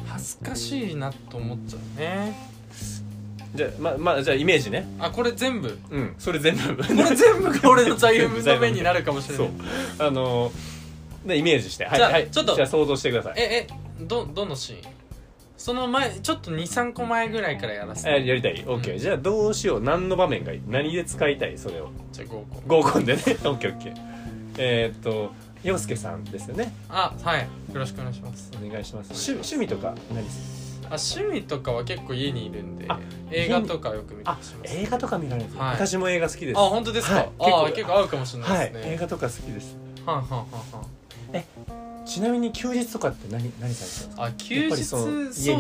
A: 恥ずかしいなと思っちゃうね
B: うじゃあままあじゃあイメージね
A: あこれ全部
B: うんそれ全部
A: これ全部が俺の座右の銘になるかもしれな
B: そう
A: い
B: あのねイメージしてはい
A: じゃあ
B: はい
A: ちょっと
B: じゃあ想像してください
A: ええどどのシーンその前ちょっと23個前ぐらいからやらせ
B: え
A: て
B: やりたい OK、
A: う
B: じゃあどうしよう何の場面がいい何で使いたいそれを
A: じゃあ5個
B: 合コンでね OKOK えーっと洋介さんですよね
A: あはいよろしくお願いします
B: お願いします趣趣味とか何です
A: あ趣味とかは結構家にいるんで
B: あ
A: 映画とかよく見たりします
B: 映画とか見られる、
A: はい
B: 私も映画好きです
A: あ本当ですか、
B: はい
A: あ結構合うかもしれな
B: はいい
A: です
B: 映
A: ね
B: 画とか好きです
A: はんはんはんはん
B: ちなみに休日とかって何何されてるん
A: あ休
B: ですかぱ
A: 日
B: りそ
A: そ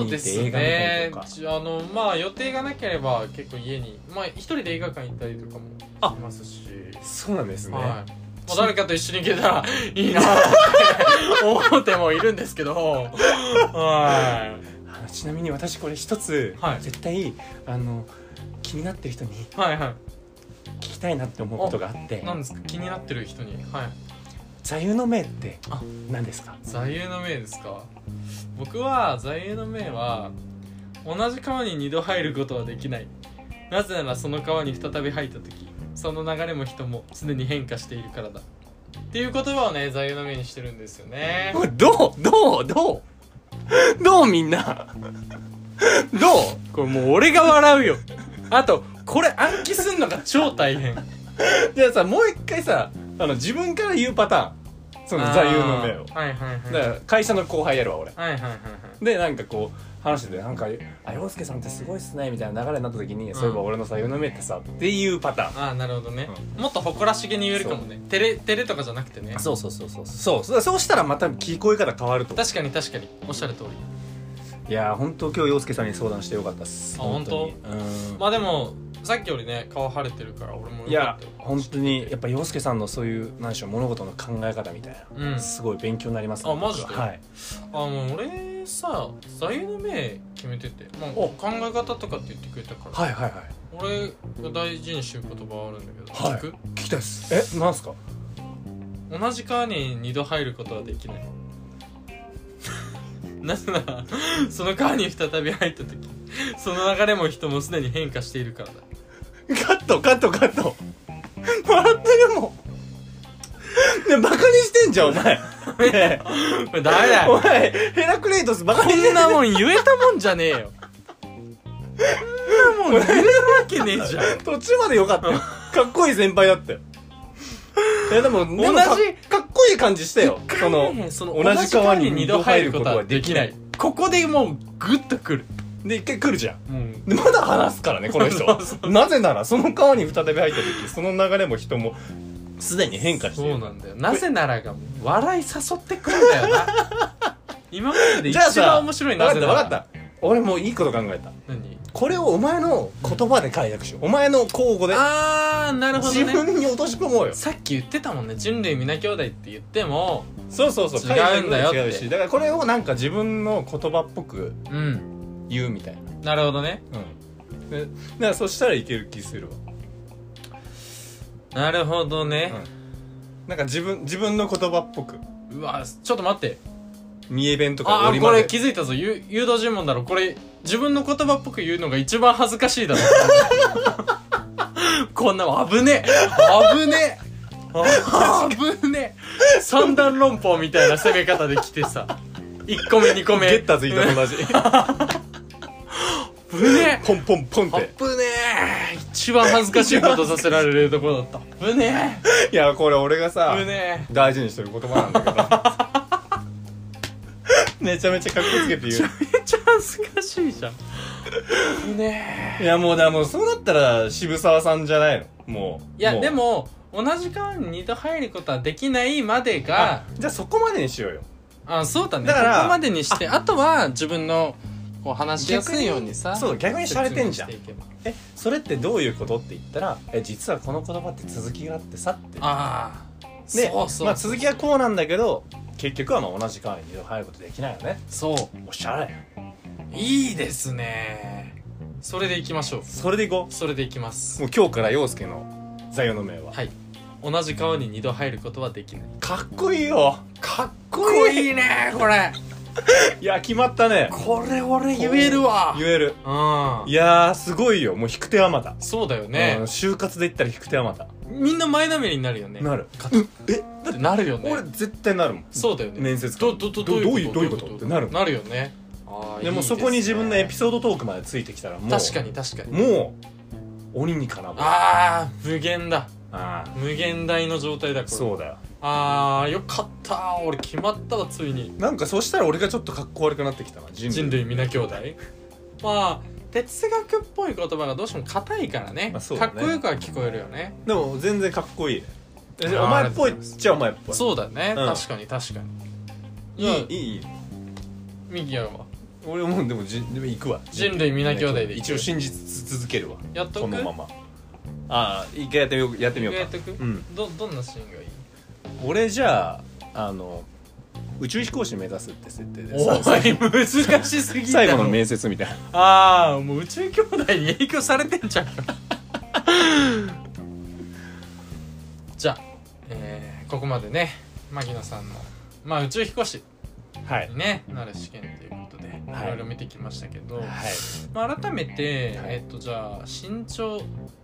A: ううです
B: 家にいて映画見たり
A: ね
B: とか
A: ちあのまあ予定がなければ結構家にまあ一人で映画館行ったりとかも
B: あ
A: しますし
B: そうなんですね、
A: はいもう誰かと一緒に行けたらいいなって 思ってもいるんですけどは
B: あちなみに私これ一つ、
A: はい
B: 絶対あの気になってる人に
A: いはいは
B: 聞きたいなって思うことがあって
A: いなんですか気になってる人にはい
B: 座右の銘って
A: あ
B: 何ですか
A: 座右の銘ですか僕は座右の銘は同じ川に二度入ることはできないなぜならその川に再び入った時その流れも人も常に変化しているからだっていう言葉をね座右の銘にしてるんですよ ね
B: これどうどうどうどうみんなどう
A: これもう俺が笑うよあとこれ暗記すんの が超大変
B: じゃあさもう一回さあの自分から言うパターンその座右の銘を
A: あーはいはいはい
B: だから会社の後輩やるわ俺
A: はいはいはいはい
B: でなんかこう話しててなんか「あ洋介さんってすごいっすね」みたいな流れになった時に、そういえば俺の座右の銘ってさっていうパターン
A: ああなるほどね、もっと誇らしげに言えるかもね照れ照れとかじゃなくてね
B: そうそうそうそうそうそうそうしたらまた聞こえ方変わると
A: 確かに確かにおっしゃる通り
B: いやー本当今日洋介さんに相談してよかったっす
A: あ本当
B: 当にうん
A: まあでもさっきよりね顔晴れてるから俺も
B: い
A: よか
B: や
A: ったよ
B: 本当にやっぱ洋介さんのそういう何でしょう物事の考え方みたいな、
A: うん
B: すごい勉強になります
A: あマジで
B: はい、
A: あの俺さ座右の銘決めてて、まあ、
B: お
A: 考え方とかって言ってくれたから、
B: はいはいはい
A: 俺が大事にしてる言葉あるんだけど、
B: は
A: 聞
B: い
A: く
B: 聞きたいですえなんすか
A: 同じ川に二度入ることはできない なぜならその川に再び入った時その流れも人もすでに変化しているからだ
B: カットカットカット 笑ってるもんねバカにしてんじゃん お前ね
A: これダメだ
B: えお
A: よ
B: 前ヘラクレイトスバカに
A: こ
B: し
A: ん
B: てん
A: なもん言えたもんじゃねえよこんなもん言えるわけねえじゃん
B: 途中までよかったよかっこいい先輩だったよいやでもでもか
A: 同じ
B: かっこいい感じしたよその
A: そ
B: の同じ川に二度入ることはできない
A: ここでもうグッとくる
B: で一回来るじゃん
A: うん
B: でまだ話 すからねこの人
A: そうそ
B: なぜならその川に再び入った時その流れも人もすでに変化してい
A: そう
B: る
A: なんだよなぜならがもう笑い誘ってくるんだよ な今までで一番面白いな
B: 分
A: ぜ
B: かっ
A: な
B: た
A: ら
B: 分かった俺もういいこと考えた
A: 何
B: これをお前の言葉で解約しようお前の口語で
A: あーなるほ
B: 自
A: どね
B: 分に落とし込もうよ
A: さっき言ってたもんね人類皆兄弟って言っても
B: そうそうそう
A: 違うんだよって
B: 解釈も違うしだからこれをなんか自分の言葉っぽく
A: うん
B: 言うみたい
A: な
B: な
A: るほどね
B: うんでだからそしたらいける気するわ
A: なるほどね、
B: なんか自分自分の言葉っぽく
A: うわちょっと待って
B: 三重弁とか
A: あ
B: 折
A: ー
B: りま
A: こ
B: で
A: れ気づいたぞゆ誘導尋問だろこれ自分の言葉っぽく言うのが一番恥ずかしいだろ こんなもん危ねえ危ねえあ危ねえ三段論法みたいな攻め方で来てさ1個目2個目
B: ゲッターズいたと同 じ
A: 危ねえ
B: ポンポンポンっ
A: 危
B: て
A: ねえ一番恥ずかしいことさせられるところだった危ねえ
B: いやこれ俺がさ
A: 危ねえ
B: 大事にしてる言葉なんだけど めちゃめちゃかっこつけて言う
A: めっちゃ恥ずかしいじ ゃんね
B: いやもうだもうそうなったら渋沢さんじゃないのもう
A: いや
B: う
A: でも同じ間に二度入ることはできないまで
B: あ
A: が
B: じゃあそこまでにしようよ
A: あそうだね
B: だから
A: ここまでにしてあとは自分のこう話しやすいようにさ
B: 逆にそう逆に洒落てんじゃん
A: 説明していけば
B: えそれってどういうことって言ったらえ実はこの言葉って続きがあってさって
A: ああ
B: で
A: そうそう、
B: まあ、続きはこうなんだけど結局はまあ同じ会に二度入ることできないよね
A: そ
B: おしゃれ
A: ういいですねそれでいきましょう
B: それでいこ
A: それでいきます
B: うもう今日から陽介の座右の銘は、
A: はい同じ川に二度入ることはできない
B: かっこいいよ
A: かっ
B: こいい
A: いねこれ
B: いや決まったね
A: これ俺言えるわ
B: 言える
A: うん
B: いやーすごいよもう引く手はまた
A: そうだよ
B: うん
A: ね
B: 就活で言ったら引く手はまた
A: みんな前のめりになるよね
B: なる
A: か
B: うんえ
A: だってなるよね
B: 俺絶対なるもん
A: そうだよね
B: 面接
A: どどど
B: ど
A: いうこと
B: どういうことってなる
A: なるよねあー
B: で
A: いい
B: も
A: です
B: そ
A: ね
B: こに自分のエピソードトークまでついてきたらもう
A: 確かに確かに
B: もう鬼にかなう
A: ああ無限だ
B: あ
A: 無限大の状態だこれ
B: そうだよ
A: あーよかったー俺決まったわついに
B: なんかそしたら俺がちょっとかっこ悪くなってきたな人類
A: 人類皆兄弟まあ哲学っぽい言葉がどうしても硬いからね,、
B: まあそう
A: か
B: だ
A: っ
B: ね
A: こよくは聞こえるよね
B: でも全然かっこいいねえ
A: あー
B: お前っぽ
A: ありがとうござい
B: いっ
A: ます
B: ちゃお前っぽい
A: そうだね、
B: うん
A: 確かに確かに
B: いいいいいい
A: 右やわ
B: 俺もうでもじでも行くわ
A: 人類皆兄弟で行く
B: 一応信じつ続けるわ
A: やっと
B: こ
A: く
B: のままああ一回やってみようやってみよう
A: や
B: か
A: っとく、
B: うん
A: どどんなシーンがいい
B: 俺じゃああの宇宙飛行士目指すって設定で
A: お
B: さ
A: い難しすぎだ
B: 最
A: ろ
B: 後の面接みたいな
A: ああもう宇宙兄弟に影響されてんじゃんじゃあ、えーここまでね牧野さんの、まあ、宇宙飛行士
B: はい
A: に、ねなる試験ということで、
B: はい
A: い、ろいろ見てきましたけど、
B: は
A: まあ、改めて、
B: はい
A: えっとじゃあ身長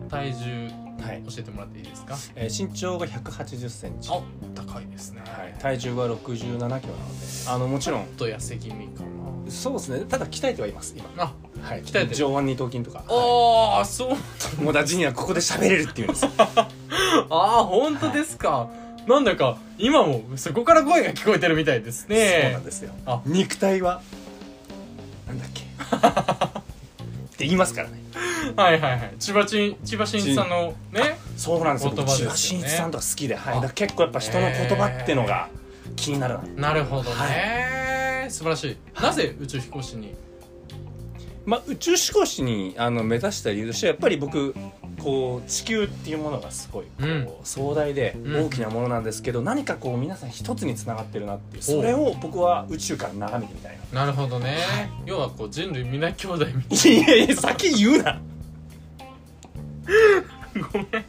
A: 体重
B: いはい
A: 教えてもらっていいですか
B: えー身長が1 8 0ンチ
A: あ高いですね、
B: はい、
A: ちょ
B: 体重は6 7キロなのであのもちろん
A: っと痩せ気味か
B: そうですねただ鍛えてはいます今
A: なあ、
B: はい
A: 鍛えてる
B: 上腕二頭筋とか、は
A: ああそう
B: い、友達にはここで喋れるっていうん です
A: ああ本当ですか、なんだか今もそこから声が聞こえてるみたいです
B: そう
A: ね
B: なんですよ
A: あ
B: 肉体はなんだ っけって言いますからね
A: はいはいはい千葉ち千葉真一さんのね
B: そうなんですよ
A: 言葉ですよね
B: 千葉真一さんとか好きで、は
A: あ
B: い、だから結構やっぱ人の言葉ってのが気になるな
A: なるほどね、素晴らしいなぜ宇宙飛行士に
B: まあ、宇宙飛行士にあの目指した理由としてはやっぱり僕こう地球っていうものがすごいこう、
A: うん
B: 壮大で
A: うん
B: 大きなものなんですけど、何かこう皆さん一つに繋がってるなっていう
A: おう
B: それを僕は宇宙から眺めてみたいな。
A: なるほどね、要はこう人類皆兄弟みたい
B: いやいや先言うなごめん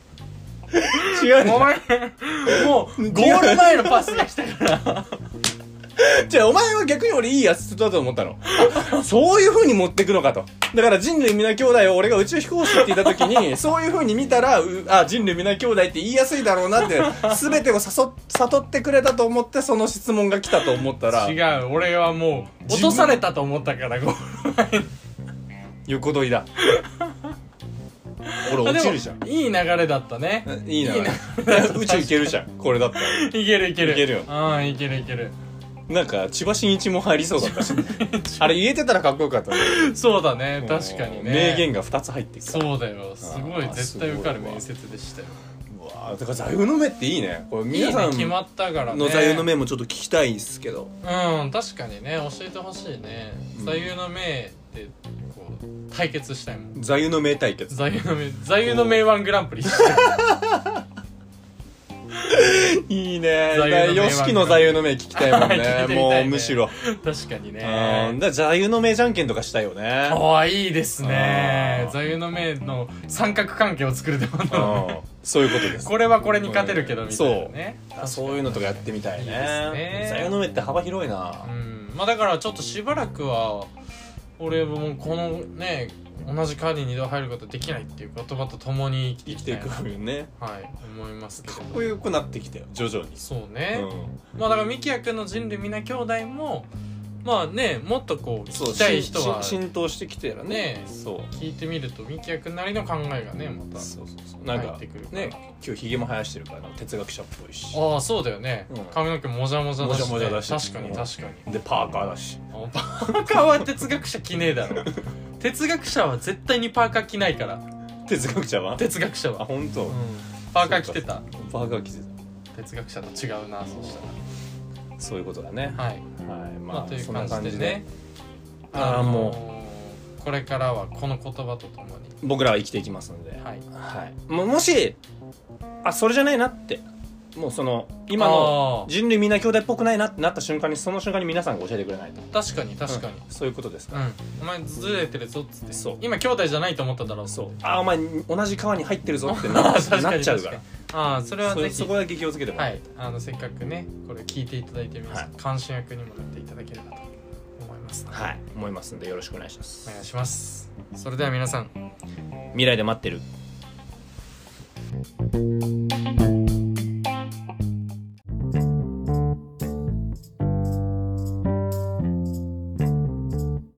B: 違うね
A: ごめんもうゴール前のパスが来たから
B: じゃあお前は逆に俺いいやつだと思ったのあそういうふうに持ってくのかとだから人類皆兄弟を俺が宇宙飛行士って言った時にそういうふうに見たらうあ人類皆兄弟って言いやすいだろうなって全てを誘悟ってくれたと思ってその質問が来たと思ったら
A: 違う俺はもう落とされたと思ったからゴール前に
B: 横取 りだ俺
A: あ
B: 落
A: で
B: ち
A: も
B: るじゃん
A: いい流れだったね
B: いいな
A: いいな
B: 宇宙行けるじゃんこれだったら
A: いけるいける
B: いけるよ
A: うんいけるいける
B: なんか千葉真一も入りそう だったしあれ言えてたらかっこよかったね
A: そうだね確かにね
B: 名言が2つ入ってきた
A: そうだよすごい
B: あー
A: 絶対受かる
B: すごいわ
A: 面接でしたよ
B: うわだから座右の銘っていいねこれ
A: いい
B: 皆
A: ね
B: さん
A: 決まったからね
B: の座右の銘もちょっと聞きたいっすけど
A: うん確かにね教えてほしいね
B: うん
A: 座右の銘ってこう対決したいもん
B: 座右の銘 対決
A: 座右の銘座右の銘1グランプリ したい
B: いいね
A: 座右の銘は
B: y o s の座右の銘聞きたいもん
A: 聞い
B: ね
A: てみたいね
B: もうむしろ、
A: 確かに
B: あ
A: ね
B: だから座右の銘じゃんけんとかしたいよね
A: ああいいですね
B: あー
A: 座右の銘の三角関係を作るってこ
B: う
A: と
B: んそういうことです
A: これはこれに勝てるけどみたいなね
B: あそういうのとかやってみた
A: い
B: いね
A: いですね
B: 座右の銘って幅広いな
A: うんまあだからちょっとしばらくは俺もこのね同じ川に二度入ることできないっていう言葉とともに
B: 生きていく
A: は
B: よね
A: い思いますけど
B: かっこよくなってきたよ徐々に
A: そうね、
B: うん
A: まあだからミキヤ君の人類皆兄弟もまあねもっとこう聞
B: そう
A: きたい人は
B: し浸透してきてやらね
A: ね
B: そう
A: 聞いてみるとミキヤ君なりの考えがねまた
B: そうそうそうなん
A: 入
B: か
A: ってくるから
B: ね今日ひげも生やしてるからなんか哲学者っぽいし
A: ああそうだよね、
B: うん
A: 髪の毛もじゃもじゃだし,、ね、
B: もじゃもじゃだし
A: 確かに確かに
B: でパーカーだし
A: あパーカーは哲学者着ねえだろ哲学者は絶対にパーカー着ないから
B: 哲学者は
A: 哲学者
B: あ
A: は、
B: 本当、
A: うん、パーカー着てた
B: パーカー着て
A: 哲学者と違うなそうした
B: たそういうことだね
A: らはい
B: はい
A: ま
B: ま
A: あ、
B: あ、
A: という
B: そんな
A: 感
B: 感
A: じ
B: じ
A: で
B: で
A: ね
B: あ
A: の
B: あ
A: ー
B: も
A: これからはこの言葉とともに
B: 僕らは生きていきますの
A: は
B: で、
A: い
B: はい、ももしあそれじゃないなってもうその今の
A: あー
B: 人類みんな兄弟っぽくないなってなった瞬間にその瞬間に皆さんが教えてくれないと
A: 確かに確かに、
B: うんそういうことです
A: う
B: か
A: ん、お前ずれてるぞっつって
B: そう
A: 今兄弟じゃないと思っただろう
B: そうあお前同じ川に入ってるぞってな
A: あ
B: なっ
A: ー確かに
B: ちゃうか
A: 確
B: ら
A: にああそれは
B: そ
A: ぜ
B: れ
A: ひ
B: そこだけ気をつけてもら
A: は
B: っ
A: い、あのせっかくねこれ聞いていただいて皆さん、
B: は
A: 関心役にもなっていただければと思いますので、
B: はい、思いますんでよろしくお願いします
A: お願いしますそれでは皆さん
B: 未来で待ってる